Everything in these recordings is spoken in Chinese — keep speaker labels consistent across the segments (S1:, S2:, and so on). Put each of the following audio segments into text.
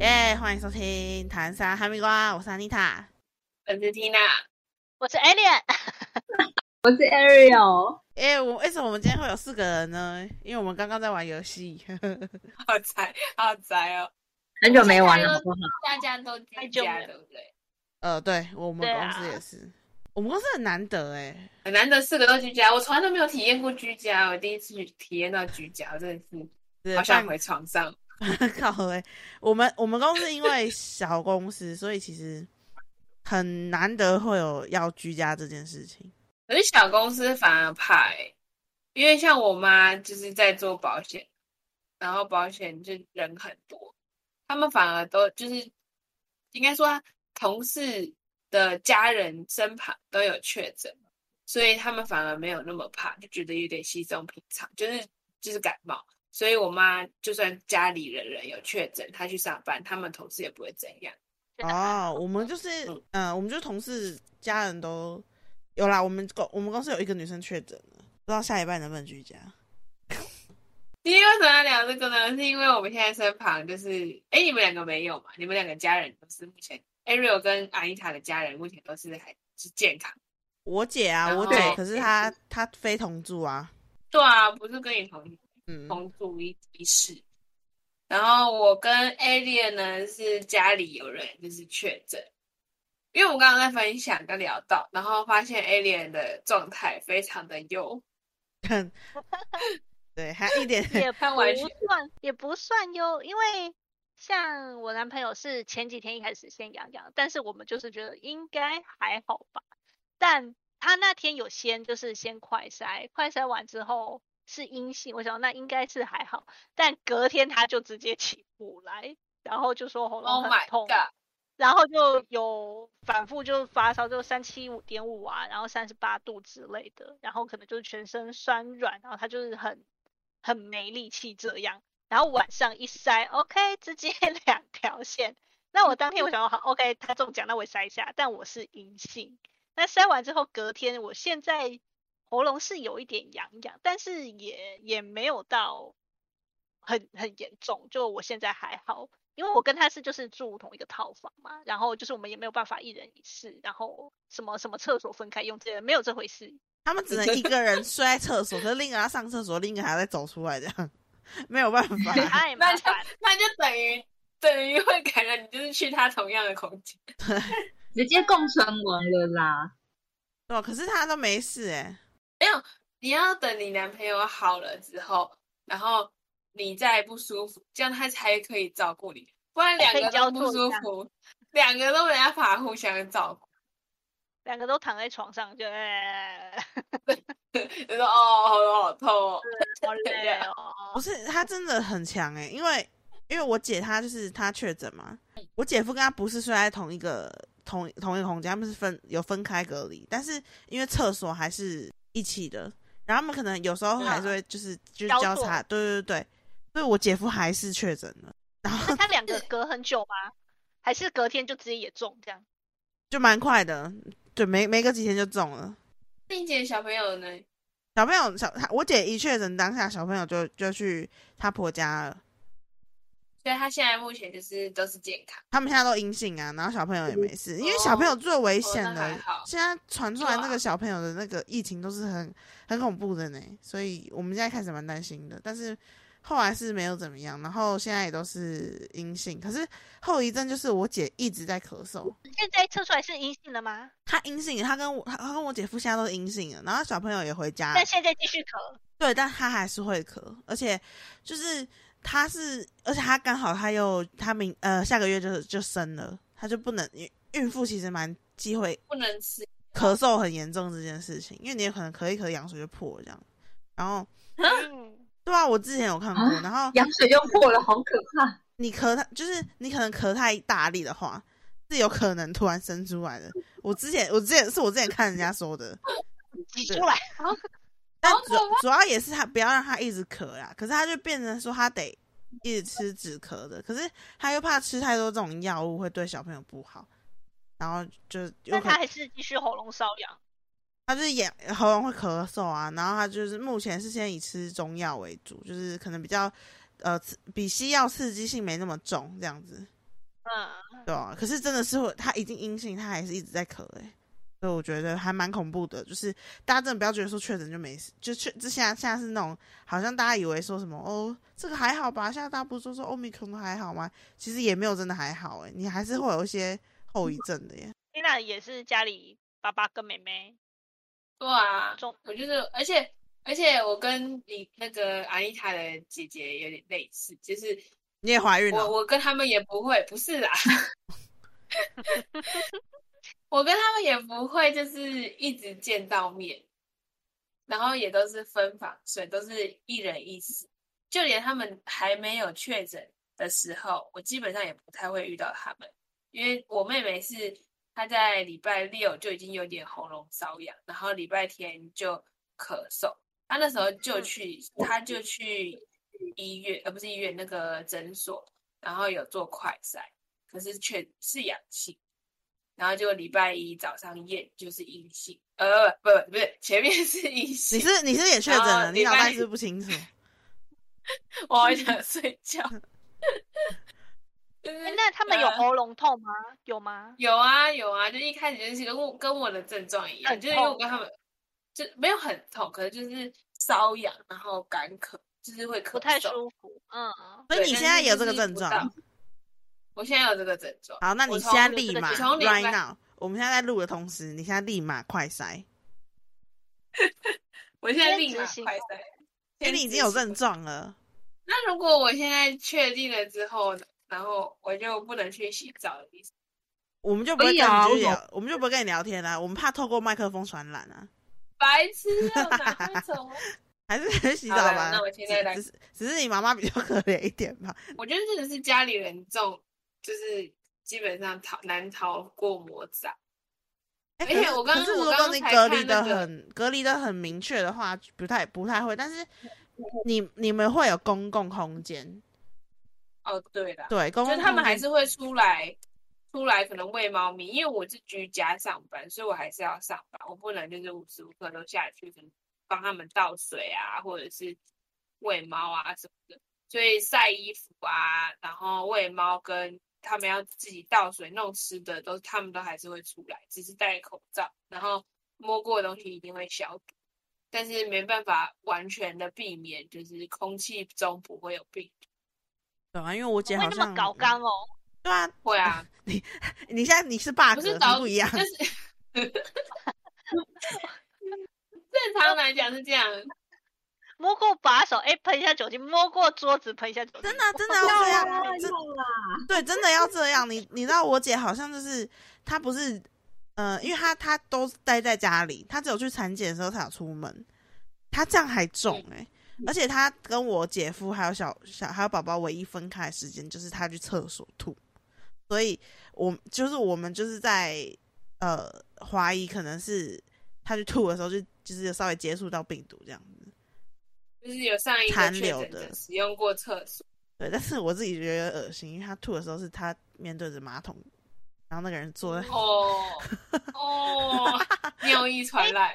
S1: 耶欢迎收听《谈沙哈密瓜》，我是安妮塔。
S2: 我是 Tina，
S3: 我是 Alien，
S2: 我是 Ariel，
S1: 哎、我为什么我们今天会有四个人呢？因为我们刚刚在玩游戏。
S2: 好宅，好宅哦！
S4: 很久没玩了，好不好？
S2: 大家都居
S3: 太久
S2: 家，
S3: 没
S2: 对不对？
S1: 呃，对我们
S3: 对
S1: 公
S3: 啊
S1: 司也是，我们公司很难得哎、
S2: 很难得四个都居家，我从来都没有体验过居家，我第一次体验到居家，我真的
S1: 对
S2: 是好想
S1: 办
S2: 回床上。
S1: 靠哎、我们我们公司因为小公司，所以其实很难得会有要居家这件事情。
S2: 可是小公司反而怕、欸，因为像我妈就是在做保险，然后保险就人很多，他们反而都就是应该说同事的家人身旁都有确诊，所以他们反而没有那么怕，就觉得有点稀松平常，就是就是感冒。所以我妈就算家里的人有确诊，她去上班，他们同事也不会怎样。
S1: 哦，我们就是
S2: 嗯，
S1: 呃，我们就同事家人都有啦。我们公我们公司有一个女生确诊了，不知道下一半能不能居家。
S2: 今天为什么要聊这个呢？是因为我们现在身旁就是，哎，你们两个没有嘛？你们两个家人都是目前 Ariel 跟阿妮塔的家人目前都是还是健康。
S1: 我姐啊，
S2: 然
S1: 我
S2: 后
S1: 姐，可是她她非同住啊，
S2: 对啊，不是跟你同
S1: 嗯，
S2: 同住一一室。然后我跟 Alien 呢是家里有人就是确诊，因为我们刚刚在分享跟聊到，然后发现 Alien 的状态非常的优，
S1: 看，对，还一点，
S3: 也
S2: 看
S3: 不
S2: 完全
S3: 算也不算优，因为像我男朋友是前几天一开始先痒痒，但是我们就是觉得应该还好吧。但他那天有先就是先快筛，快筛完之后是阴性，我想那应该是还好，但隔天他就直接起雾来，然后就说喉
S2: Oh
S3: 咙
S2: my
S3: 哦很痛
S2: god！
S3: 然后就有反复就发烧，就三七五点五啊，然后三十八度之类的，然后可能就是全身酸软，然后他就是很很没力气这样。然后晚上一筛，OK，直 接两条线。那我当天我想说好，OK，他中奖，那我也筛一下，但我是阴性。那筛完之后隔天，我现在喉咙是有一点痒痒，但是也也没有到很很严重，就我现在还好。因为我跟他是就是住同一个套房嘛，然后就是我们也没有办法一人一室，然后什么什么厕所分开用这个没有这回事。
S1: 他们只能一个人睡在厕所，可是另一个要上厕所，另一个还要再走出来，这样 没有办法。
S3: 太
S2: 那
S3: 麻
S2: 就
S3: 烦了，
S2: 那就等于等于会感染你就是去他同样的空间。
S4: 直接共存亡了啦。
S1: 对啊吧，可是她都没事哎、
S2: 没有，你要等你男朋友好了之后，然后你再不舒服，这样他才可以照顾你，不然两
S3: 可以
S2: 个都
S3: 交
S2: 不
S3: 错
S2: 舒
S3: 这样
S2: 服，两个都没办法互相照顾。
S3: 两个都躺在床上就、哎，
S2: 就说哦，喉咙好痛哦，
S3: 好累
S2: 啊
S1: 不
S3: 哦。
S1: 是，她真的很强哎、因为因为我姐她就是她确诊嘛，我姐夫跟她不是睡在同一个同同一个空间，他们是分有分开隔离，但是因为厕所还是一起的，然后他们可能有时候还是会就是、就是
S3: 交
S1: 交
S3: 错
S1: 叉，对对对，所以我姐夫还是确诊了，然后
S3: 那他两个隔很久吗？还是隔天就直接也中这样？
S1: 就蛮快的，对，没没个几天就中了。
S2: 并且小朋友呢，
S1: 小朋友小，她我姐一确诊当下，小朋友就就去她婆家了，
S2: 所以他现在目前就是都是健康。
S1: 他们现在都阴性啊，然后小朋友也没事，因为小朋友最危险
S2: 嗯哦
S1: 的，
S2: 那还好
S1: 现在传出来那
S2: 对
S1: 个
S2: 啊
S1: 小朋友的那个疫情都是很很恐怖的呢，所以我们现在开始蛮担心的，但是后来是没有怎么样，然后现在也都是阴性，可是后遗症就是我姐一直在咳嗽，
S3: 现在测出来是阴性了吗？
S1: 她阴性，她跟我她她跟我姐夫现在都是阴性了，然后小朋友也回家了
S3: 但，现在继续咳，
S1: 对，但他还是会咳，而且就是他是，而且他刚好他又他明呃下个月就就生了，他就不能孕孕妇其实蛮忌讳
S2: 不能吃，
S1: 咳嗽很严重这件事情，因为你也可能咳一咳羊水就破了这样。然后
S3: 嗯，
S1: 对啊，我之前有看过，然后
S4: 羊水就破了，好可 怕！
S1: 你咳太就是你可能咳太大力的话，是有可能突然生出来的。我之前我之前是我之前看人家说的，
S3: 挤
S1: 对
S3: 出来，
S1: 但主主要也是他不要让他一直咳啦，可是他就变成说他得一直吃止咳的，可是他又怕吃太多这种药物会对小朋友不好，然后就又
S3: 但
S1: 可
S3: 他还是继续喉咙瘙痒。
S1: 他就是眼喉咙会咳嗽啊，然后他就是目前是先以吃中药为主，就是可能比较呃刺比西药刺激性没那么重这样子，
S3: 嗯，
S1: 对啊，可是真的是会，他已经阴性，他还是一直在咳哎、所以我觉得还蛮恐怖的。就是大家真的不要觉得说确诊就没事，就确之前现在是那种好像大家以为说什么哦，这个还好吧？现在大家不是说说欧米克还好吗？其实也没有真的还好哎、你还是会有一些后遗症的耶。
S3: 丽娜也是家里爸爸跟妹妹
S2: 对啊，
S3: 中，
S2: 我就是，而且而且我跟你那个阿丽塔的姐姐有点类似，就是
S1: 你也怀孕
S2: 我
S1: 了？
S2: 我跟他们也不会，不是啦， 我跟他们也不会，就是一直见到面，然后也都是分房睡，都是一人一室，就连他们还没有确诊的时候，我基本上也不太会遇到他们，因为我妹妹是她在礼拜六就已经有点喉咙瘙痒，然后礼拜天就咳嗽，她那时候
S1: 嗯
S2: 就去，她就去医院，呃，不是医院那个诊所，然后有做快筛，可是却是阳性，然后结果礼拜一早上验就是阴性，呃，不不不是，前面是阴
S1: 你
S2: 性，
S1: 是你是也确诊了？
S2: 哦
S1: 你脑
S2: 礼
S1: 袋
S2: 拜
S1: 是不是不清 楚？
S2: 我好想 睡觉。 就是
S3: 诶那他们有
S2: 呃
S3: 喉咙痛吗？有吗？
S2: 有啊有啊，就一开始就是跟我跟我的症状一样，
S3: 很
S2: 就是因为我
S3: 痛
S2: 跟他们就没有很痛，可能就是瘙痒，然后干咳，就是会咳嗽。
S3: 不太舒服，嗯，
S1: 所
S2: 对
S1: 以你
S2: 但
S1: 现在
S2: 是
S1: 有
S2: 就
S1: 这个
S2: 是
S1: 症
S2: 不
S1: 状？
S2: 到 我现在有这个症状，
S1: 好，那你
S2: 我
S1: 现
S2: 从
S1: 在
S3: 我
S1: 立
S3: 这个
S1: 马
S3: 我
S2: 从礼
S1: right
S2: 拜
S1: now，我们现在在录的同时，你现在立马快筛，
S2: 我现在
S3: 先
S2: 立
S3: 执
S2: 马
S3: 行
S2: 快
S3: 吧
S2: 塞，
S1: 因为
S2: 先
S1: 你已
S2: 执
S1: 经有
S2: 行
S1: 症状了。
S2: 那如果我现在确定了之后呢，然后我就不能去洗澡的意思。
S1: 我们就不会跟
S4: 可以啊
S1: 你去
S4: 为什么
S1: 聊，我们就不会跟你聊天啦、啊我们怕透过麦克风传染啊，
S2: 白痴啊，我哪会走啊？
S1: 还是去洗澡
S2: 好啦
S1: 吧。
S2: 那我现在来
S1: 只是只是你妈妈比较可怜一点吧。
S2: 我觉得真的是家里人重，就是基本上逃难逃过魔掌。
S1: 哎
S2: 而且
S1: 可是
S2: 我刚
S1: 可是
S2: 我
S1: 如
S2: 刚
S1: 果
S2: 刚
S1: 你
S2: 才
S1: 隔
S2: 看
S1: 离
S2: 那
S1: 的
S2: 个
S1: 很隔离的很明确的话，不太不太会。但是你你们会有公共空间，
S2: 哦，对啦，
S1: 对，公
S2: 就
S1: 共
S2: 是他们
S1: 空间
S2: 还是会出来，出来可能喂猫咪，因为我是居家上班，所以我还是要上班，我不能就是无时无刻都下去，可能帮他们倒水啊，或者是喂猫啊什么的。所以晒衣服啊，然后喂猫跟他们要自己倒水弄吃的，都他们都还是会出来，只是戴口罩，然后摸过的东西一定会消毒，但是没办法完全的避免，就是空气中不会有病毒。
S1: 对啊，因为我姐
S3: 不会
S1: 好
S3: 那
S1: 像
S3: 么搞刚哦，
S1: 对啊，
S2: 会啊，
S1: 你现在你是 bug，
S2: 不是
S1: 你
S2: 搞
S1: 不一样。
S2: 就是 正常来讲是这样，
S3: 摸过把手，哎，喷一下酒精，摸过桌子，喷一下酒精，哦
S1: 真的啊真的要
S4: 要
S1: 这
S4: 啦
S1: 样，真
S4: 要啦，
S1: 对，真的要这样。你你知道我姐好像就是她不是，呃，因为她她都待在家里，她只有去产检的时候才有出门。她这样还重哎、而且她跟我姐夫还有小小还有宝宝唯一分开的时间就是她去厕所吐，所以我就是我们就是在呃怀疑可能是她去吐的时候就就是有稍微接触到病毒这样子。
S2: 就是有上一个
S1: 残
S2: 确
S1: 留
S2: 诊
S1: 的
S2: 者使用过厕所，
S1: 对，但是我自己觉得有点恶心，因为她吐的时候是她面对着马桶，然后那个人坐在
S2: 哦哦， 尿意传染，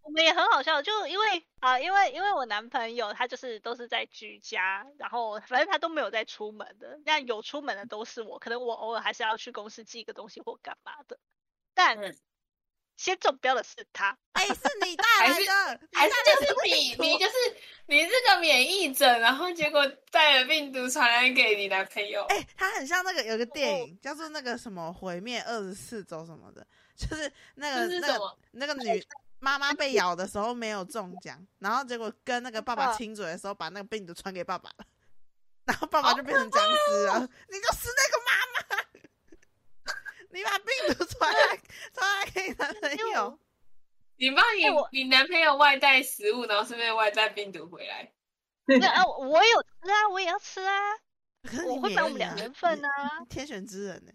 S3: 我们也很好笑，就因为啊、因为因为我男朋友他就是都是在居家，然后反正他都没有在出门的。那有出门的都是我，可能我偶尔还是要去公司寄个东西或干嘛的。但
S2: 嗯
S3: 先中标的是他，
S1: 哎、是你带
S2: 还
S1: 来
S2: 是
S1: 的，
S2: 还是就是
S1: 你
S2: 你你就是你这个免疫者，然后结果带了病毒传染给你男朋友，
S1: 哎、他很像那个有个电影叫做那个什么《毁灭二十四周》什么的，就是那个
S2: 这是
S1: 那
S2: 什
S1: 个
S2: 么
S1: 那个女妈妈被咬的时候没有中奖，然后结果跟那个爸爸
S3: 嗯
S1: 亲嘴的时候把那个病毒传给爸爸了， 然后爸爸就变成僵尸
S3: 哦
S1: 了，你就是那个妈妈。 你把病毒传染传染给你男朋
S3: 因为
S1: 友
S3: 我，
S2: 你帮你
S3: 哎我
S2: 你男朋友外带食物，然后顺便外带病毒回来，
S3: 那啊我我有吃啊，我也要吃啊，
S1: 可是
S3: 我
S1: 你免
S3: 会买我们
S1: 疫
S3: 两
S1: 啊
S3: 人份啊。
S1: 你你天选之人欸呢、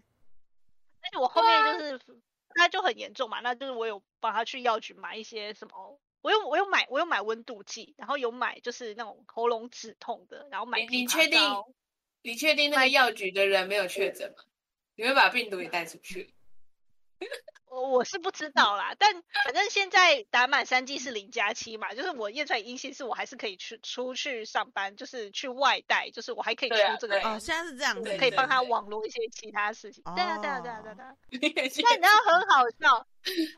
S3: 而且我后面
S2: 啊
S3: 就是，那就很严重嘛，那就是我有帮他去药局买一些什么，我有我有买我有买温度计，然后有买就是那种喉咙止痛的，然后买
S2: 你你
S3: 枇杷
S2: 确定
S3: 膏
S2: 你确定那个药局的人没有确诊吗？你会把病毒也带出去？
S3: 我我是不知道啦，但反正现在打满三剂是零加七嘛，就是我验出来阴性是我还是可以去出去上班，就是去外带，就是我还可以出
S2: 对啊
S3: 这个
S2: 对
S3: 工
S2: 啊
S1: 哦，
S3: 作，
S1: 现在是这样
S3: 我
S1: 子，
S3: 可以帮他
S2: 对对
S3: 网罗一些其他事情。对啊，对啊，对啊，对啊，对啊。
S2: 你也去
S3: 但你知道很好笑，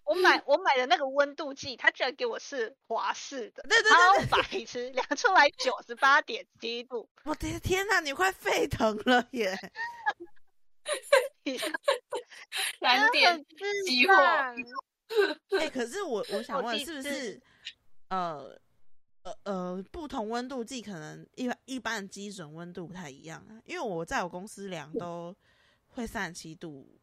S3: 我买我买的那个温度计，它居然给我是华氏的，
S1: 对对对
S3: 超白痴，量出来九十八点七度，
S1: 我的天哪，你快沸腾了耶！
S2: 蓝
S3: 真的
S2: 点
S3: 很智
S2: 激活
S3: 障
S1: 哎、可是我我想
S3: 我
S1: 问，
S3: 第一
S1: 是不
S3: 次
S1: 是呃呃呃，不同温度计可能一般一般的基准温度不太一样啊？因为我在我公司量都会三十七度，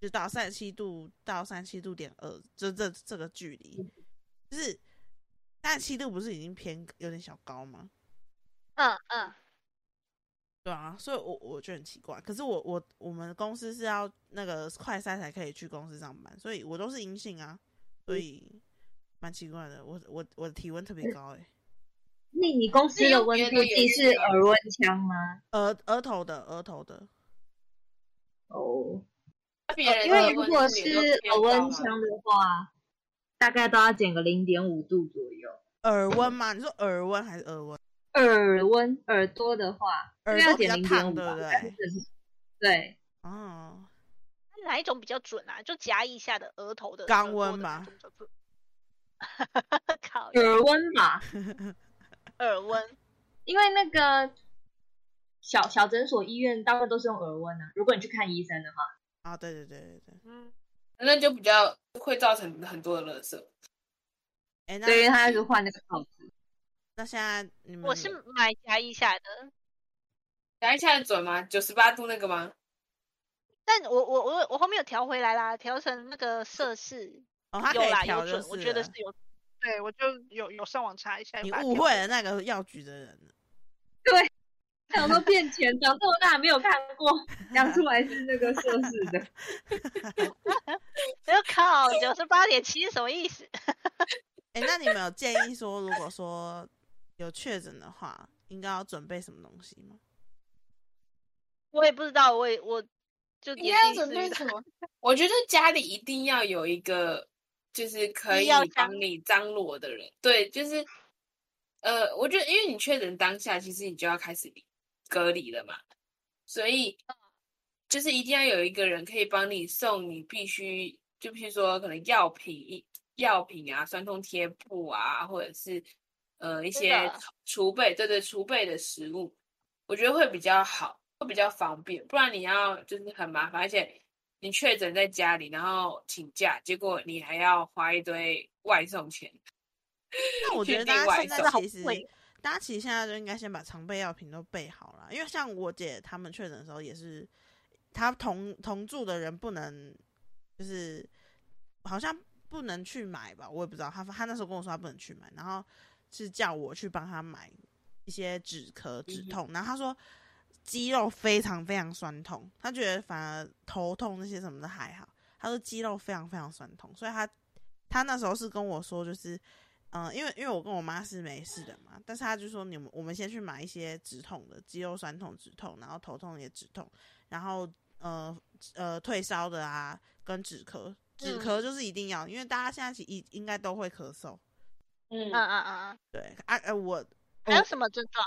S1: 就到三十七度到三十七度点二，就这这个距离，就是三十七度不是已经偏有点小高吗？
S3: 嗯嗯，
S1: 对啊，所以我我觉得很奇怪。可是我我我们公司是要那个快筛才可以去公司上班，所以我都是阴性啊，所
S4: 嗯
S1: 以蛮奇怪的。我我我的体温特别高哎、
S4: 你你公司的温度计是耳温枪吗？
S1: 额额头的额头的，
S4: 哦，
S2: 别人
S4: 因为如果是耳温枪的话，大概都要减个零点五度左右。
S1: 耳温吗？你说耳温还是耳温？
S4: 耳温耳朵的话，
S1: 耳
S4: 应该
S1: 朵
S4: 要
S1: 比较
S4: 减零点
S1: 烫
S4: 五啊
S1: 对不对
S4: 吧？但是这是对，
S1: 哦，
S3: 那哪一种比较准啊？就夹腋下的、额头的、
S1: 肛
S3: 耳朵的
S1: 温吧
S3: 那种比较准。 靠，
S4: 耳温吧，
S3: 耳温。
S4: 因为那个小小诊所、医院大部分都是用耳温啊。如果你去看医生的话，
S1: 啊，对对对对对，
S3: 嗯，
S2: 那就比较会造成很多的垃圾。
S1: 哎、那
S4: 对，因为他要是换那个套子，
S1: 那现在你们
S3: 我是买夹腋下的，
S2: 量一下的准吗？九十八度那个吗？
S3: 但我我我我后面有调回来啦，调成那个摄氏，
S1: 哦，它可
S3: 有
S1: 以
S3: 啦
S1: 调
S3: 有
S1: 就
S3: 准，我觉得
S1: 了
S3: 是有。对，我就有有上网查一下。
S1: 你
S3: 把它
S1: 误
S3: 调
S1: 会
S3: 回
S1: 了那个药局的人了，
S4: 想说变钱，长这么大没有看过，量出来是那个摄氏的。
S3: 我靠，九十八点七什么意思？
S1: 哎、那你们有建议说，如果说有确诊的话，应该要准备什么东西吗？
S3: 我也不知道，我也我就
S2: 你
S3: 也
S2: 要
S3: 第一
S2: 准
S3: 次遇
S2: 备
S3: 到
S2: 什么？ 我觉得家里一定要有一个，就是可
S3: 医
S2: 以
S3: 药箱
S2: 帮你张罗的人。对，就是，呃，我觉得因为你确诊当下，其实你就要开始离隔离了嘛，所以就是一定要有一个人可以帮你送你必须，就譬如说可能药品、药品啊、酸痛贴布啊，或者是呃一
S3: 真
S2: 些
S3: 的啊
S2: 储备，对对，储备的食物，我觉得会比较好，会比较方便。不然你要就是很麻烦，而且你确诊在家里，然后请假，结果你还要花一堆外送钱。
S1: 但我觉得
S2: 去另
S1: 大家
S2: 外
S1: 现
S2: 一
S1: 在
S2: 种
S1: 其实
S3: 贵，
S1: 大家其实现在就应该先把常备药品都备好了，因为像我姐他们确诊的时候也是，她同同住的人不能，就是好像不能去买吧，我也不知道。她她那时候跟我说她不能去买，然后是叫我去帮她买一些止咳止
S2: 嗯哼
S1: 痛，然后她说肌肉非常非常酸痛，她觉得反而头痛那些什么的还好，她说肌肉非常非常酸痛，所以她她那时候是跟我说就是。嗯，因为因为我跟我妈是没事的嘛，但是她就说你们我们先去买一些止痛的，肌肉酸痛止痛，然后头痛也止痛，然后呃呃退烧的啊，跟止咳，止
S3: 嗯
S1: 咳就是一定要，因为大家现在其应应该都会咳嗽，
S2: 嗯
S3: 嗯嗯嗯，
S1: 对啊呃我
S3: 还有什么症状？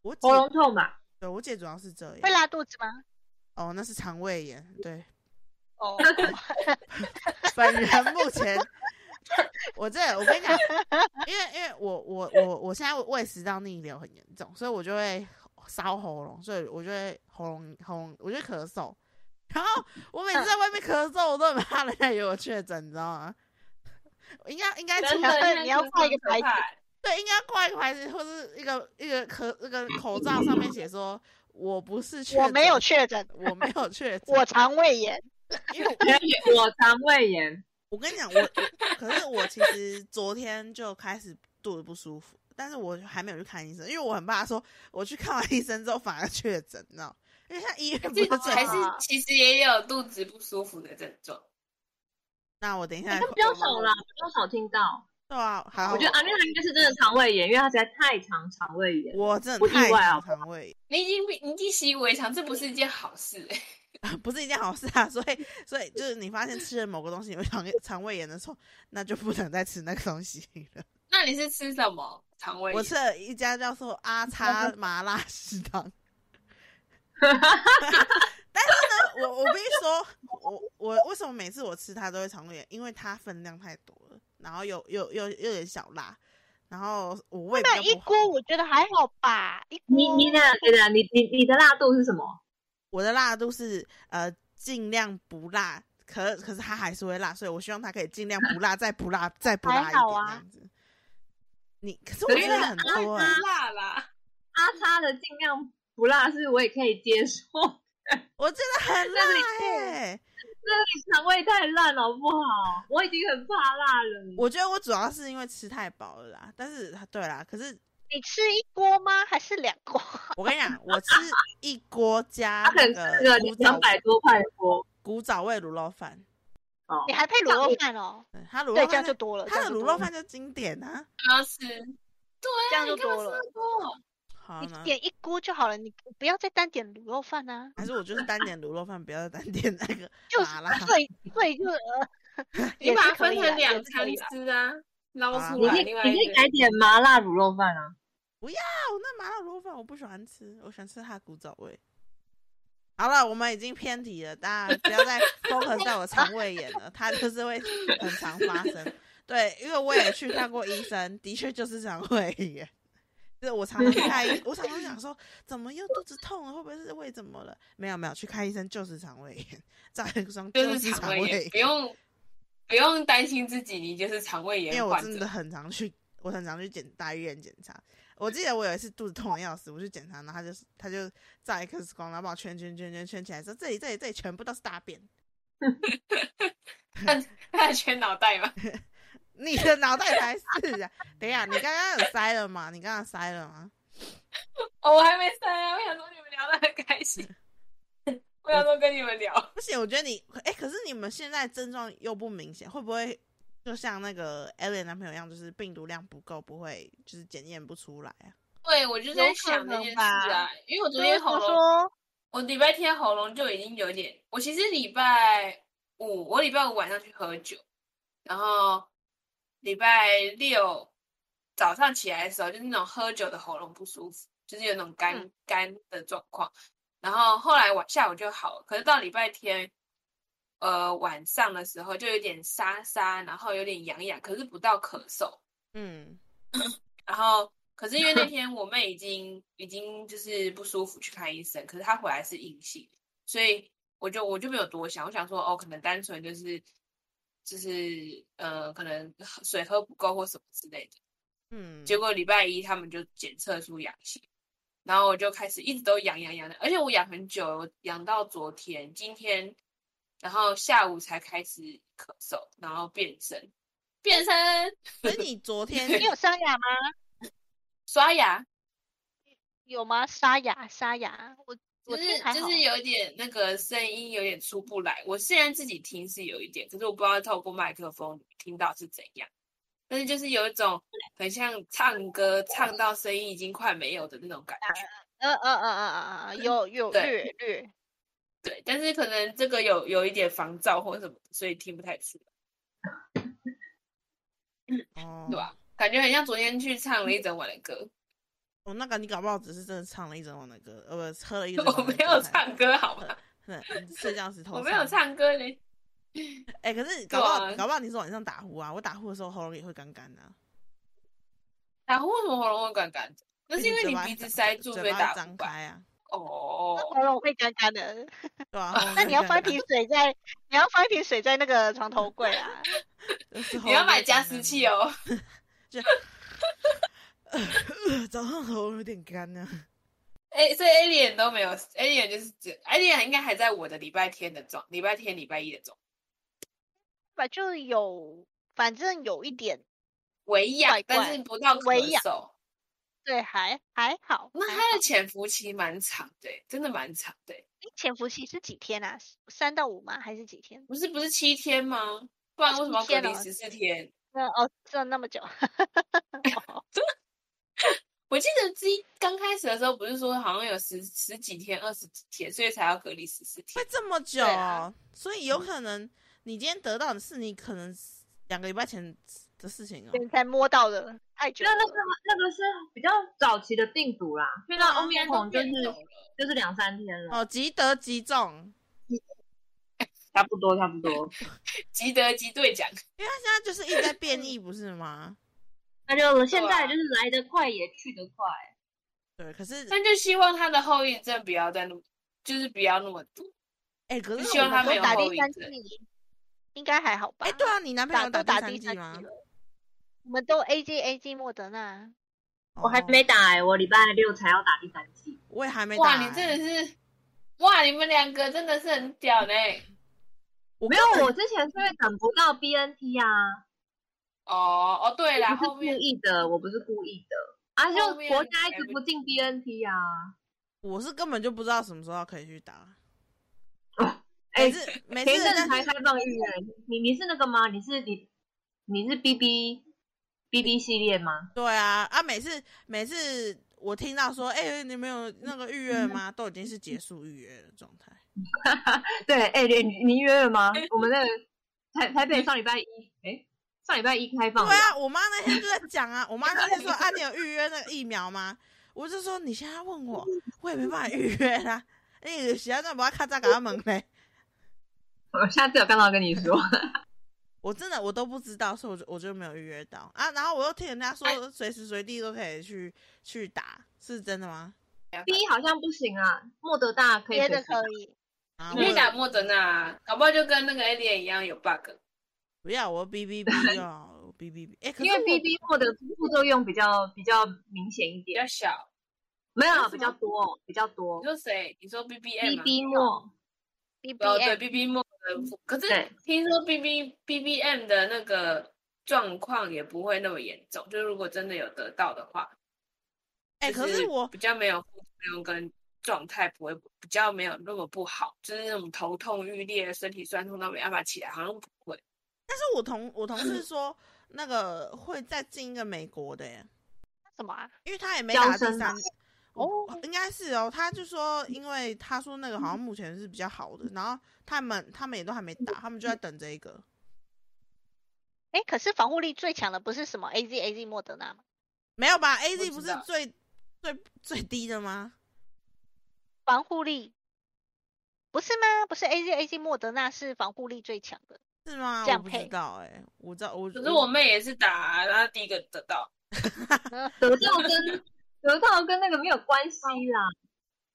S1: 我姐
S4: 喉咙痛吧？
S1: 对我姐主要是这
S3: 会
S1: 样，
S3: 拉肚子吗？
S1: 哦那是肠胃炎，对，
S3: 哦，
S1: 本人目前我这我跟你讲，因为因为我我我我现在胃食道逆流很严重，所以我就会烧喉咙，所以我就会喉咙喉咙我就会咳嗽，然后我
S3: 嗯
S1: 每次在外面咳嗽，我都很怕人家以为我确诊，你知道吗？应该应该出
S2: 真
S3: 的
S2: 的，
S3: 你要画一个牌子
S1: 对，应该挂一个牌子，或是一个一个壳那个口罩上面写说“我不是确诊，
S3: 我没有，确诊，
S1: 我没有确诊”，
S3: 我肠胃炎。
S1: 因为我
S4: 我肠胃炎，
S1: 我跟你讲，我我可是我其实昨天就开始肚子不舒服，但是我还没有去看医生，因为我很怕说我去看完医生之后反而确诊，你知道？因为像医院不
S2: 这
S1: 是
S3: 这
S2: 还是
S3: 样
S2: 其实也有肚子不舒服的症状。
S1: 那我等一下
S4: 但比较少啦，比较少听到。
S1: 对啊，好，
S4: 我觉得阿丽娜应该是真的肠胃炎，因为她实在太常肠胃炎。
S1: 我真的
S4: 不意
S1: 太
S4: 外啊
S1: 常胃炎
S2: 你已经被你已经习以为常，这不是一件好事、欸。
S1: 不是一件好事啊。所以，所以就是你发现吃了某个东西有肠肠胃炎的时候，那就不能再吃那个东西了。
S2: 那你是吃什么？肠胃
S1: 我吃了一家叫做 阿叉麻辣食堂，但是呢，我我必须说，我我为什么每次我吃它都会肠胃炎？因为它分量太多了，然后又又又又有点小辣，然后我胃比较
S3: 那一
S1: 不好
S3: 锅我觉得还好吧，一锅
S4: 你你那样对的，你你你的辣度是什么？
S1: 我的辣度是呃尽量不辣，可可是它还是会辣，所以我希望它可以尽量不辣，再不辣，再不辣一
S3: 还
S1: 点
S3: 好
S1: 这
S3: 啊
S1: 样子。你可是我吃了很多哎、
S2: 太辣啦。
S4: 阿叉的尽量不辣是我也可以接受，
S1: 我真的很辣哎、
S4: 那你肠胃太烂好不好？我已经很怕辣了。
S1: 我觉得我主要是因为吃太饱了啦，但是对啦，可是
S3: 你吃一锅吗？还是两锅？
S1: 我跟你讲，我吃一锅加
S4: 他可
S1: 那
S4: 能吃了
S1: 个古
S4: 两
S1: 早
S4: 百多块锅
S1: 古早味卤肉饭，
S4: 哦
S3: 你，还配卤肉饭哦？
S1: 嗯它卤
S3: 对，
S1: 肉
S3: 这样
S1: 饭
S3: 就多了。
S1: 它
S3: 这样
S1: 的卤
S3: 就多
S1: 肉
S3: 了，
S1: 饭就经典啊。
S2: 然后吃，对啊，
S3: 这样就
S2: 你干嘛
S3: 多
S2: 吃
S3: 了
S2: 那么多
S1: 好
S3: 你
S1: 呢，
S3: 点一锅就好了，你不要再单点卤肉饭啊。
S1: 还是我就是单点卤肉饭，不要单点那个
S3: 就是
S1: 麻
S3: 啊
S1: 辣。
S3: 最最热， 呃
S2: 你
S3: 也
S2: 把
S3: 是
S2: 它
S3: 可
S2: 分
S3: 以
S2: 成
S3: 啦也
S2: 两
S3: 是可
S2: 餐
S3: 以啦
S2: 吃啊，捞
S1: 啊
S2: 出
S4: 你
S2: 来
S4: 可以
S2: 另外
S4: 你可
S2: 一
S4: 以
S2: 个。
S4: 改点麻辣卤肉饭啊。
S1: 哦，那麻辣卤肉饭我不喜欢吃，我喜欢吃它的古早味。好了，我们已经偏题了，大家不要 再 focus 在我肠胃炎了，它就是会很常发生。对，因为我也去看过医生，的确就是肠胃炎。就是我常常去看医，我常常想说，怎么又肚子痛了？会不会是胃怎么了？没有没有，去看医生就是肠胃炎，照 X 光
S2: 就是
S1: 是肠
S2: 肠胃炎，
S1: 炎
S2: 不。用不用担心自己，你就是肠胃
S1: 因为
S2: 炎
S1: 我
S2: 患
S1: 真的
S2: 者。
S1: 很常去，我很常去检大医院检查。我记得我有一次肚子痛的要死，我去检查，然后他就是他就照 X 光，然后把我圈圈圈圈圈起来，说这里这里这里全部都是大便，
S2: 他在圈脑袋嘛，
S1: 你的脑袋才是啊！等一下，你刚刚有塞了吗？你刚刚塞了吗？
S2: 哦，我还没删啊，我想说你们聊得很开心， 我想说跟你们聊。
S1: 不行，我觉得你哎、可是你们现在症状又不明显，会不会就像那个 Ellie 男朋友一样，就是病毒量不够，不会就是检验不出来啊？
S2: 对，我就在想这件事啊，因为我昨天
S3: 所以
S2: 喉
S3: 我
S2: 咙，
S3: 说
S2: 我礼拜天喉咙就已经有点，我其实礼拜五，我礼拜五晚上去喝酒，然后礼拜六早上起来的时候，就是那种喝酒的喉咙不舒服，就是有那种干、
S3: 嗯
S2: 干的状况，然后后来晚下午就好了，可是到礼拜天。呃，晚上的时候就有点沙沙，然后有点痒痒，可是不到咳嗽。
S1: 嗯，
S2: 然后可是因为那天我妹已经已经就是不舒服去看医生，可是她回来是阴性，所以我就我就没有多想，我想说哦，可能单纯就是就是呃，可能喝水喝不够或什么之类的。
S1: 嗯，
S2: 结果礼拜一他们就检测出阳性，然后我就开始一直都痒痒痒的，而且我痒很久，我痒到昨天、今天，然后下午才开始咳嗽，然后变声，变声，
S1: 所以你昨 天
S3: 你 有沙哑吗？
S2: 刷牙。
S3: 有吗？沙哑，沙哑，我我
S2: 就是
S3: 听还
S2: 就
S3: 好
S2: 是有点那个声音有点出不来，我虽然自己听是有一点，可是我不知道透过麦克风听到是怎样，但是就是有一种很像唱歌唱到声音已经快没有的那种感觉。
S1: 啊
S3: 呃呃呃呃呃呃，有有
S2: 对
S3: 略略，
S2: 对，但是可能这个有有一点防噪或什么，所以听不太出来，
S1: 哦，
S2: 对吧？感觉很像昨天去唱了一整晚的歌，
S1: 哦，那个你搞不好只是真的唱了一整晚的歌，呃，不，喝了 一整晚
S2: 我
S1: 的
S2: 没
S1: 酒
S2: 有
S1: 才
S2: 唱歌好吗？
S1: 对，睡觉时偷
S2: 我没有。唱歌嘞，
S1: 哎、可是搞不好、
S2: 对啊
S1: 搞不好你是晚上打呼啊，我打呼的时候喉咙也会干干的啊、
S2: 打呼为什么喉咙会干干的？那是因为
S1: 嘴
S2: 你
S1: 巴
S2: 鼻子塞住
S1: 嘴
S2: 所以
S1: 巴
S2: 打呼
S1: 张
S2: 吧？
S1: 开啊，
S2: 哦
S3: 那，喉咙会干干的。
S1: 对 啊。喉咙
S3: 那
S1: 会
S3: 你要
S1: 干
S3: 放一
S1: 干
S3: 瓶水在，你要放一瓶水在那个床头柜啊。
S1: 就是喉
S2: 你要
S1: 咙会
S2: 买加
S1: 干
S2: 湿
S1: 干
S2: 器
S1: 的，
S2: 哦。
S1: 早上喉咙有点干啊呢、
S2: 哎，所以 Alien 都没有，Alien 就是指 Alien 应该还在我的礼拜天的状，礼拜天、礼拜一的状，
S3: 吧，就有，反正有一点，
S2: 微痒
S3: 怪，怪
S2: 但是不到
S3: 微
S2: 咳
S3: 痒
S2: 嗽。
S3: 对，还还好。
S2: 那
S3: 还
S2: 它
S3: 好
S2: 的潜伏期蛮长的，欸真的蛮长的。欸
S3: 诶潜伏期是几天啊？三到五吗？还是几天？
S2: 不是不是七天吗？不然为什么要隔
S3: 天
S2: 离
S3: 哦
S2: 十四天？
S3: 那哦，这那么久，
S2: 我记得之一刚开始的时候，不是说好像有十十几天、二十几天，所以才要隔离十四天
S1: 会。这么久、
S2: 对
S1: 哦
S2: 啊，
S1: 所以有可能你今天得到的是你可能两个礼拜前的事情哦。
S3: 现在摸到的太久
S4: 那
S3: 了
S4: 个是那个是比较早期的病毒啦，现在欧米
S2: 现在都
S4: 孔就是
S2: 变种了，
S4: 就是两三天了，
S1: 哦，即得即中，
S4: 差不多差不多。
S2: 吉德吉队长，
S1: 因为它现在就是一直在变异，不是吗？
S4: 那就现
S2: 对
S4: 在
S2: 啊
S4: 就是来得快也去得快，
S1: 对，可是
S2: 但就希望他的后遗症不要再那么，就是不要那么多。
S1: 哎、可是
S2: 希望
S1: 我
S2: 他
S3: 都
S2: 没有
S3: 打
S2: 后
S3: 第
S2: 遗
S3: 三
S2: 症
S3: 剂，应该还好吧？
S1: 哎、对啊，你男朋
S3: 打
S1: 友
S3: 都
S1: 打
S3: 打
S1: 第
S3: 第
S1: 三
S3: 三
S1: 剂吗？
S3: 了，我们都 A G A G 莫德纳，
S4: 我还没打哎、我礼拜六才要打第三剂。
S1: 哦，我也还没打、
S2: 哇，你真的是，哇，你们两个真的是很屌呢。
S1: 我
S4: 没
S1: 根本
S4: 有，我之前是因为等不到 BNT 啊，
S2: 哦哦，对啦，
S4: 我不是
S2: 后
S4: 故
S2: 面
S4: 意的，我不是故意的啊，
S2: 后
S4: 就
S2: 面
S4: 国家一直不进 BNT 啊。
S1: 我是根本就不知道什么时候可以去打。
S4: 哎、
S1: 每次每
S4: 前一
S1: 次
S4: 阵子
S1: 但
S4: 才
S1: 是
S4: 开放医院，你你是那个吗？你是你你是 BB BB 系列吗？
S1: 对啊啊，每次每次我听到说，哎、你们有那个预约吗？都已经是结束预约的状态。
S4: 对，哎、你你你约了吗？我们那个台台北上礼拜一，哎、上礼拜一开放的
S1: 对啊，我妈那天就在讲啊，我妈那天说啊，你有预约那个疫苗吗？我就说你现在问我，我也没办法预约啦。 哎，其他那不要看这个门嘞，
S4: 我下次有看到跟你说。
S1: 我真的我都不知道，所以我就我就没有预约到啊。然后我又听人家
S2: 哎
S1: 说随时随地都可以去去打，是真的吗？
S4: B 好像不行啊，莫德大可以
S3: 别
S4: 随时打，
S3: 的可以，
S1: 啊，
S2: 你可以打
S1: 我
S2: 莫德纳，搞不好就跟那个 A 点一样有 bug。
S1: 不要我 B B B 就好，我 B B B。哎，可是
S4: 因为
S1: 我
S4: BB 莫德副作用比较比较明显一
S2: 比
S4: 点
S2: 较，小。
S4: 没有啊
S2: 为
S4: 比
S2: 什
S4: 较
S2: 么
S4: 多哦比较多
S2: 你。说谁？你说 B B M 吗？
S4: BB 莫
S3: ，B B
S2: 哦，对
S3: M
S2: B B M 的，可
S4: 对
S2: 是听说 B B B B M 的那个状况也不会那么严重，就如果真的有得到的话，
S1: 哎，
S2: 就
S1: 可是我
S2: 比较没有副作用跟状态不会比较没有那么不好，就是那种头痛欲裂、身体酸痛到没办法起来，好像不会。
S1: 但是我同我同事说那个会再进一个美国的耶。
S3: 什么啊？
S1: 因为他也没
S4: 交
S1: 打第
S4: 生
S1: 三
S4: 吧，
S1: 我
S3: 哦
S1: 应该是哦。他就说，因为他说那个好像
S2: 嗯
S1: 目前是比较好的，然后他们他们也都还没打，他们就在等这一个。
S3: 哎，可是防护力最强的不是什么 A Z A Z 莫德纳吗？
S1: 没有吧？A Z
S2: 知
S1: 不是
S2: 道
S1: 最最最低的吗？
S3: 防护力不是吗？不是 A Z A Z 莫德纳是防护力最强的，
S1: 是吗？我
S3: 这样
S1: 不知
S3: 配
S1: 道哎、我知道我
S2: 可是我妹也是打，啊然后第一个得到。
S4: 得到跟得到跟那个没有关系啦。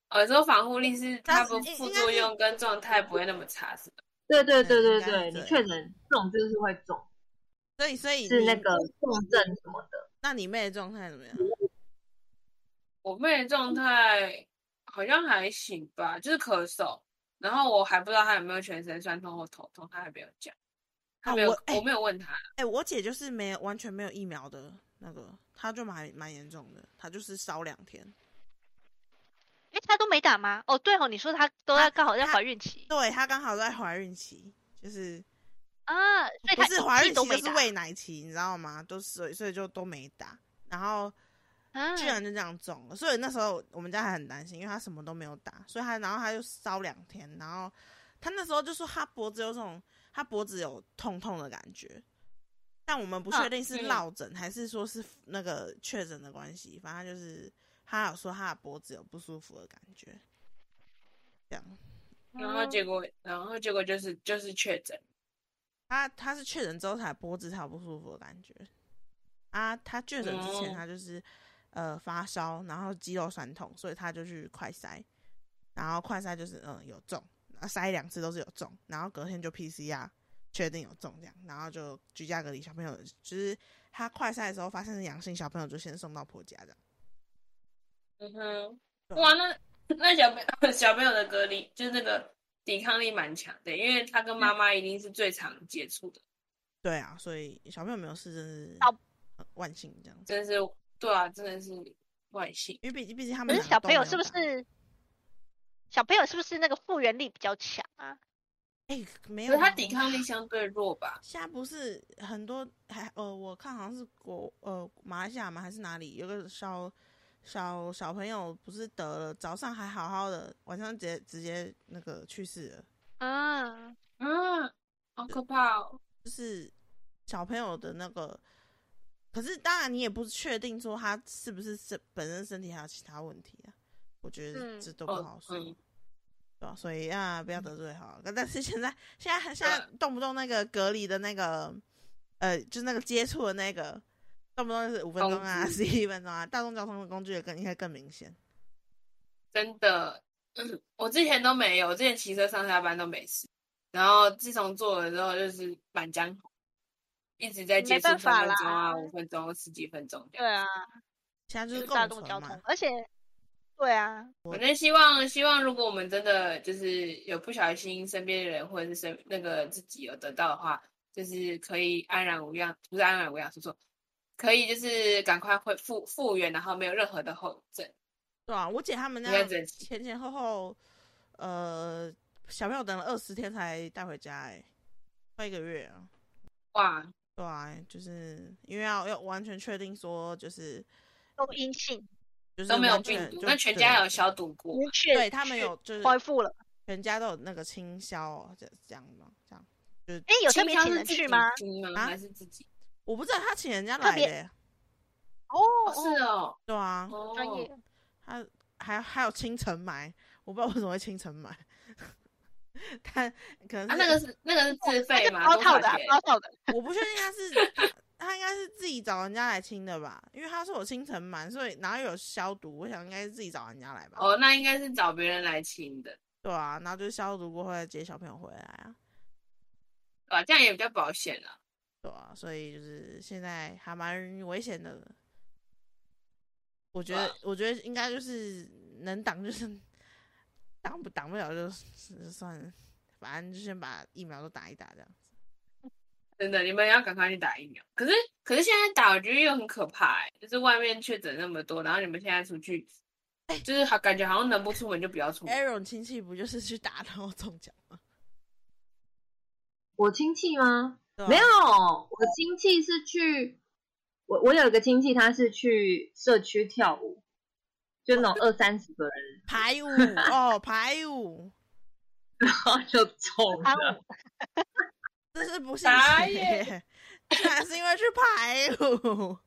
S2: 哦，你说防护力是
S1: 它
S2: 它
S1: 是
S2: 不
S1: 应
S2: 副
S1: 应该
S2: 作
S1: 是
S2: 用跟状态不会那么差，是吧？
S4: 对对对
S1: 对
S4: 对
S1: 应该是
S4: 对，你
S1: 这
S4: 确诊这种就是会中，
S1: 所以所以
S4: 是
S1: 你
S4: 那个重症什么的。
S1: 那你妹的状态怎么样？
S2: 我妹的状态好像还行吧，就是咳嗽，然后我还不知道她有没有全身酸痛或头痛，她还没有讲，她
S1: 啊
S2: 没有，
S1: 我哎
S2: 我没有问她。
S1: 哎、我姐就是没有完全没有疫苗的那个，她就蛮蛮严重的，她就是烧两天。
S3: 哎，他都没打吗？哦，对哦，你说他都
S1: 他
S3: 在刚好在
S1: 他
S3: 怀孕期
S1: 对她刚好在怀孕期，就是
S3: 啊，所以
S1: 不
S3: 他
S1: 是
S3: 一
S1: 怀
S3: 剂
S1: 孕
S3: 都
S1: 期，就
S3: 没
S1: 是
S3: 打
S1: 喂奶期，你知道吗？都所以所以就都没打，然后
S3: 啊，
S1: 居然就这样中了，所以那时候我们家还很担心，因为他什么都没有打，所以他然后他就烧两天，然后他那时候就说他脖子有种，他脖子有痛痛的感觉，但我们不确定是
S2: 嗯
S1: 落枕、还是说是那个确诊的关系，反正就是他有说他的脖子有不舒服的感觉，这样。
S2: 然后
S3: 嗯
S2: 结果，然后结果就是就是确诊，
S1: 他他是确诊之后才脖子才有不舒服的感觉啊，他确诊之前
S2: 哦
S1: 他就是、呃发烧，然后肌肉酸痛，所以他就去快筛，然后快筛就是嗯有中，啊筛两次都是有中，然后隔天就 PCR 确定有中这样，然后就居家隔离小朋友，就是他快筛的时候发现是阳性，小朋友就先送到婆家这样。
S2: 嗯哼，
S1: 对
S2: 哇，那那小朋友小朋友的隔离就是那个抵抗力蛮强的，因为他跟
S1: 嗯
S2: 妈妈一定是最常接触的，
S1: 对啊，所以小朋友没有事真是
S3: 到
S1: 很万幸这样子，
S2: 真是对啊，真的是万幸。
S1: 因为毕竟毕竟他
S3: 可
S1: 们两
S3: 是
S1: 个
S3: 小
S1: 都
S3: 朋友
S1: 没有
S3: 是不
S1: 打
S3: 是小朋友是不是那个复原力比较强啊？
S1: 哎、没
S2: 可
S1: 有
S2: 是他
S1: 啊
S2: 抵抗力相对弱吧？
S1: 现在不是很多还呃，我看好像是国呃马来西亚嘛还是哪里有个小小小朋友不是得了，早上还好好的，晚上直接直接那个去世了。
S3: 啊，
S2: 嗯，好可怕哦。
S1: 就是小朋友的那个，可是当然你也不确定说他是不是身本身身体还有其他问题啊，我觉得
S3: 嗯
S1: 这都不好说，
S2: 哦嗯
S1: 对吧、所以啊，不要得罪好了。但是现在现在现
S3: 啊
S1: 在动不动那个隔离的那个，呃，就是那个接触的那个，动不动就是五分钟啊，
S2: 通
S1: 十一分钟啊，大众交通的工具也更应该更明显。
S2: 真的，嗯我之前都没有，我之前骑车上下班都没事，然后自从做了之后，就是满江红，一直在接
S3: 没
S2: 触
S3: 办
S2: 三
S3: 法
S2: 分钟啊、
S3: 啦
S2: 五分钟、十几分钟这样。
S3: 对啊，
S1: 现在就
S3: 就是是
S1: 共
S3: 大
S1: 存
S3: 众交
S1: 嘛
S3: 通，，而且，对啊，
S2: 反正希望希望，如果我们真的就是有不小心身边的人或者是身那个自己有得到的话，就是可以安然无恙，不是安然无恙，说错，可以就是赶快恢复复原，然后没有任何的后症。
S1: 对啊，我姐他们那
S2: 应该
S1: 样
S2: 整齐
S1: 前前后后，呃，小朋友等了二十天才带回家、哎，快一个月啊。
S2: 哇，
S1: 对啊，就是因为要要完全确定说，就是
S3: 都阴性，
S1: 就是
S2: 都没有
S1: 完
S2: 病
S1: 全
S2: 毒，
S1: 就
S2: 那全家
S1: 对
S2: 有消毒过
S3: 明
S2: 吗，
S3: 确
S1: 对他们有就是
S3: 恢复了。
S1: 全家都有那个清消、哦，这这样吗？这样
S3: 哎，有特
S2: 清
S3: 别
S2: 消
S3: 请
S2: 是
S3: 人
S2: 自
S3: 去
S2: 己
S3: 吗？
S2: 清吗？
S1: 啊
S2: 还是自己？
S1: 我不知道他请人家
S3: 特
S1: 来的、
S3: 别
S1: 哎
S3: 哦，
S2: 哦，是哦，
S1: 对啊，
S2: 哦，
S3: 专业，
S1: 他还还有清尘霾，我不知道为什么会清尘霾， 但可能
S2: 啊，
S1: 是
S2: 那个是那个是自费
S3: 那
S2: 吗？
S3: 包
S2: 多
S3: 套
S2: 少
S3: 的啊，
S2: 钱？
S3: 包套的，
S1: 我不确定他是他他应该是自己找人家来清的吧，因为他说我清尘螨，所以然后有消毒，我想应该是自己找人家来吧。
S2: 哦，那应该是找别人来清的，
S1: 对啊，然后就消毒过后再接小朋友回来啊，
S2: 对吧？这样也比较保险啊。
S1: 对啊，所以就是现在还蛮危险的。我觉得
S2: 哇，
S1: 我觉得应该就是能挡就是 挡不挡不了就是 算了，反正就先把疫苗都打一打这样。
S2: 真的，你们要赶快去打疫苗。可是，可是现在打，我觉得又很可怕、欸，就是外面确诊那么多，然后你们现在出去，
S3: 哎
S2: 就是好感觉好像能不出门就不要出门。
S1: Aaron 亲戚不就是去打然后中奖吗？
S4: 我亲戚吗？
S1: 对啊
S4: 没有，我亲戚是去，我我有一个亲戚，他是去社区跳舞，就那种二三十个人，
S1: 啊排舞哦，排舞，
S4: 然后就中
S3: 啊
S4: 了。
S1: 这是不信
S2: 打
S1: 邪
S2: 野，
S1: 竟然是因为去 排舞。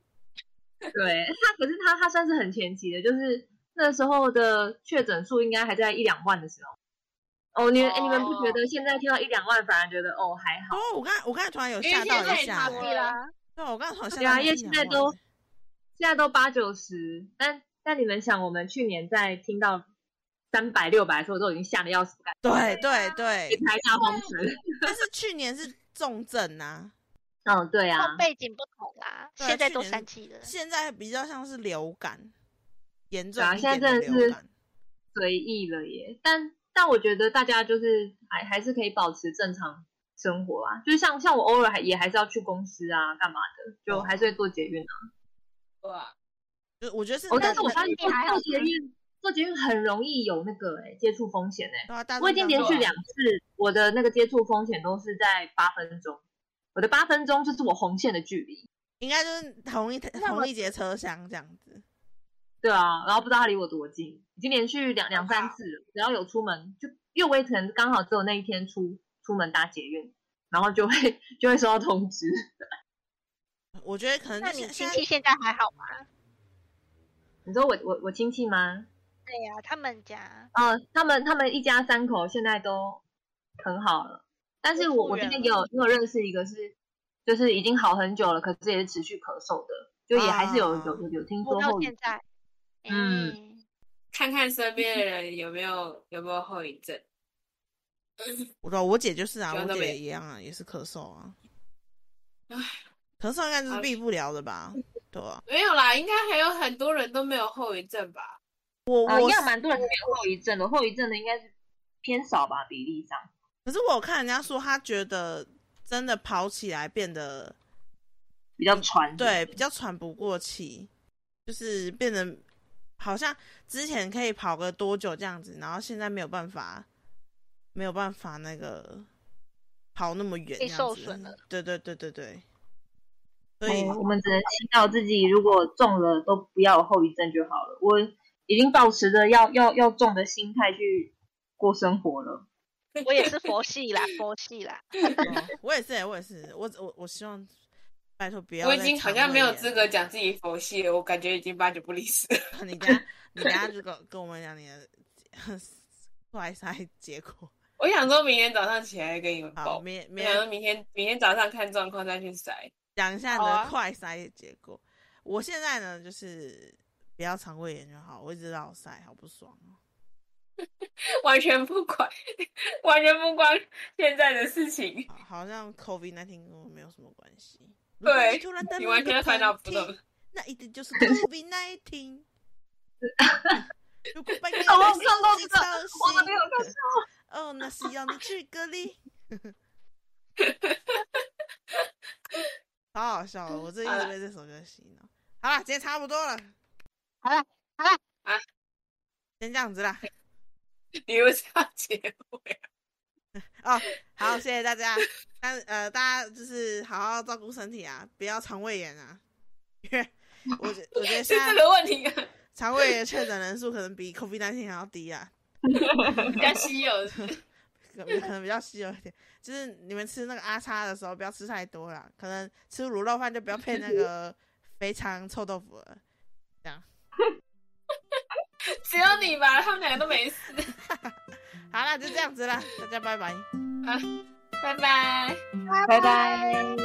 S4: 对他，可是他他算是很前期的，就是那时候的确诊数应该还在一两万的时候。哦，你们、哎你们不觉得现在听到一两万，反而觉得哦还好？啊
S1: 哦，我刚我刚才突然有
S2: 因为
S1: 吓到
S2: 现在
S1: 一下
S2: 太
S1: 欸，
S2: 多
S3: 对啦，
S1: 对，我刚才突然吓
S4: 对啊
S1: 到一下，
S4: 因为现在都现在都八九十，但但你们想，我们去年在听到三百六百的时候，都已经吓得要死，不敢
S1: 对
S4: 啊
S1: 对对，
S4: 开大风神。
S1: 但是去年是重症啊呐、
S4: 嗯，对
S3: 然
S4: 啊
S3: 后，背景不同啦，
S1: 对啊
S3: 现在
S1: 去
S3: 都
S1: 年
S3: 三级了，
S1: 现在比较像是流感，严重
S4: 对啊
S1: 一点
S4: 现在真的
S1: 流感。
S4: 随意了耶。但但我觉得大家就是还还是可以保持正常生活啊，就是像像我偶尔还也还是要去公司啊，干嘛的，
S3: 哦
S4: 就还是会做捷运啊。
S2: 对吧？
S1: 就我觉得是那，
S4: 哦，但是我发现
S3: 那
S4: 做
S3: 那还好
S4: 做捷运做捷运很容易有那个哎、接触风险哎、
S1: 对啊大众
S4: 我已经连
S1: 交
S4: 续
S1: 通
S4: 两次，我的那个接触风险都是在八分钟，我的八分钟就是我红线的距离。
S1: 应该就是同一
S3: 那我
S1: 同一节车厢这样子。
S4: 对啊，然后不知道他离我多近，已经连续两两
S2: 好
S4: 三次了。只要有出门，就因为我也可能刚好只有那一天出出门搭捷运，然后就会就会收到通知。
S1: 我觉得可能
S3: 那
S1: 就
S3: 你
S1: 现
S3: 亲
S1: 现在
S3: 戚现在还好吗？
S4: 你说我我我亲戚吗？
S3: 对呀、他们家
S4: 呃，他们他们一家三口现在都很好了，但是
S3: 都
S4: 我
S3: 复
S4: 我这
S3: 原
S4: 边
S3: 了
S4: 也有也有认识一个是，就是已经好很久了，可是也是持续咳嗽的，就也还是有有有有听
S3: 活
S4: 说
S3: 到
S4: 后
S3: 现
S4: 遗。
S3: 在，
S4: 嗯
S3: 哎
S2: 看看身边的人有没有有没有后遗症。
S1: 我知道我姐就是啊，
S2: 喜欢
S1: 我
S2: 那
S1: 姐
S2: 边
S1: 也一样啊，也是咳嗽啊
S2: 唉。
S1: 咳嗽应该就是
S2: 好
S1: 避不了的吧？对啊，
S2: 没有啦，应该还有很多人都没有后遗症吧？
S1: 我
S4: 啊，应
S1: 我
S4: 该蛮多人都没有后遗症的，后遗症的应该是偏少吧，比例上。
S1: 可是我有看人家说，他觉得真的跑起来变得
S4: 比较传
S1: 对，比较喘不过气，就是变得好像之前可以跑个多久这样子，然后现在没有办法，没有办法那个跑那么远这
S3: 被
S1: 样子，
S3: 受损了
S1: 对对对对对，所以
S4: 哎我们只能祈祷自己，如果中了都不要有后遗症就好了。我已经保持着要要要中的心态去过生活了。
S3: 我也是佛系啦，佛系啦。
S1: 哦我也是、欸，我也是，我我我希望，拜托不要。
S2: 我已经好像没有资格。讲自己佛系了，我感觉已经八九不离十了。
S1: 你等下你等下就跟跟我们讲你的 快筛结果。
S2: 我想说明天早上起来跟你们
S1: 好，
S2: 报，
S1: 明
S2: 我
S1: 明
S2: 想说明天明天早上看状况再去筛。
S1: 讲一下你
S3: 好啊
S1: 的快筛结果。我现在呢，就是不要肠胃炎就好，我一直老塞，好不爽哦。
S2: 完全不管，完全不关现在的事情，
S1: 好好像 COVID 那天跟我没有什么关系。
S2: 对
S1: 突然间
S2: 你完全烦恼不懂。
S1: 那一定就是 COVID 那一 天。如果半夜
S4: 哦我
S1: 来
S4: 有看到
S1: 袭
S4: 这个
S1: 超
S4: 我怎么
S1: 新
S4: 有看
S1: 哦，那是要你去隔离。好好笑哦！我这一
S2: 好
S1: 直
S2: 了
S1: 被这首歌洗脑。好了，今天差不多了，
S3: 好了好了，
S1: 先这样子啦。
S2: 你又是要结尾。
S1: 哦，好，谢谢大家。但呃，大家就是好好照顾身体啊，不要肠胃炎啊。因为我觉我觉得
S2: 是
S1: 现在
S2: 这个问题啊，
S1: 肠胃炎确诊人数可能比 COVID 1 9还要低啊，
S2: 比较稀有 的。
S1: 可可能比较稀有一点。就是你们吃那个阿叉的时候，不要吃太多啦，可能吃卤肉饭就不要配那个 肥肠臭豆腐了。
S2: 只有你吧，他们两个都没事。
S1: 好啦，就这样子啦，大家拜拜。
S2: 拜拜。
S4: 拜拜。